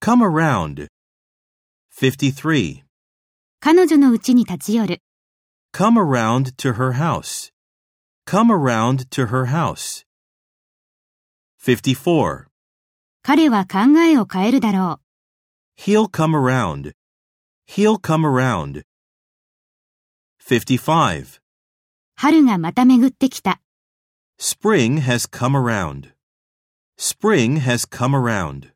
Come around. 53. 彼女の家に立ち寄る。 Come around to her house. Come around to her house. 54. 彼は考えを変えるだろ He'll come around. He'll come around. 55. う。春がまた巡ってきた。 Spring has come around. Spring has come around.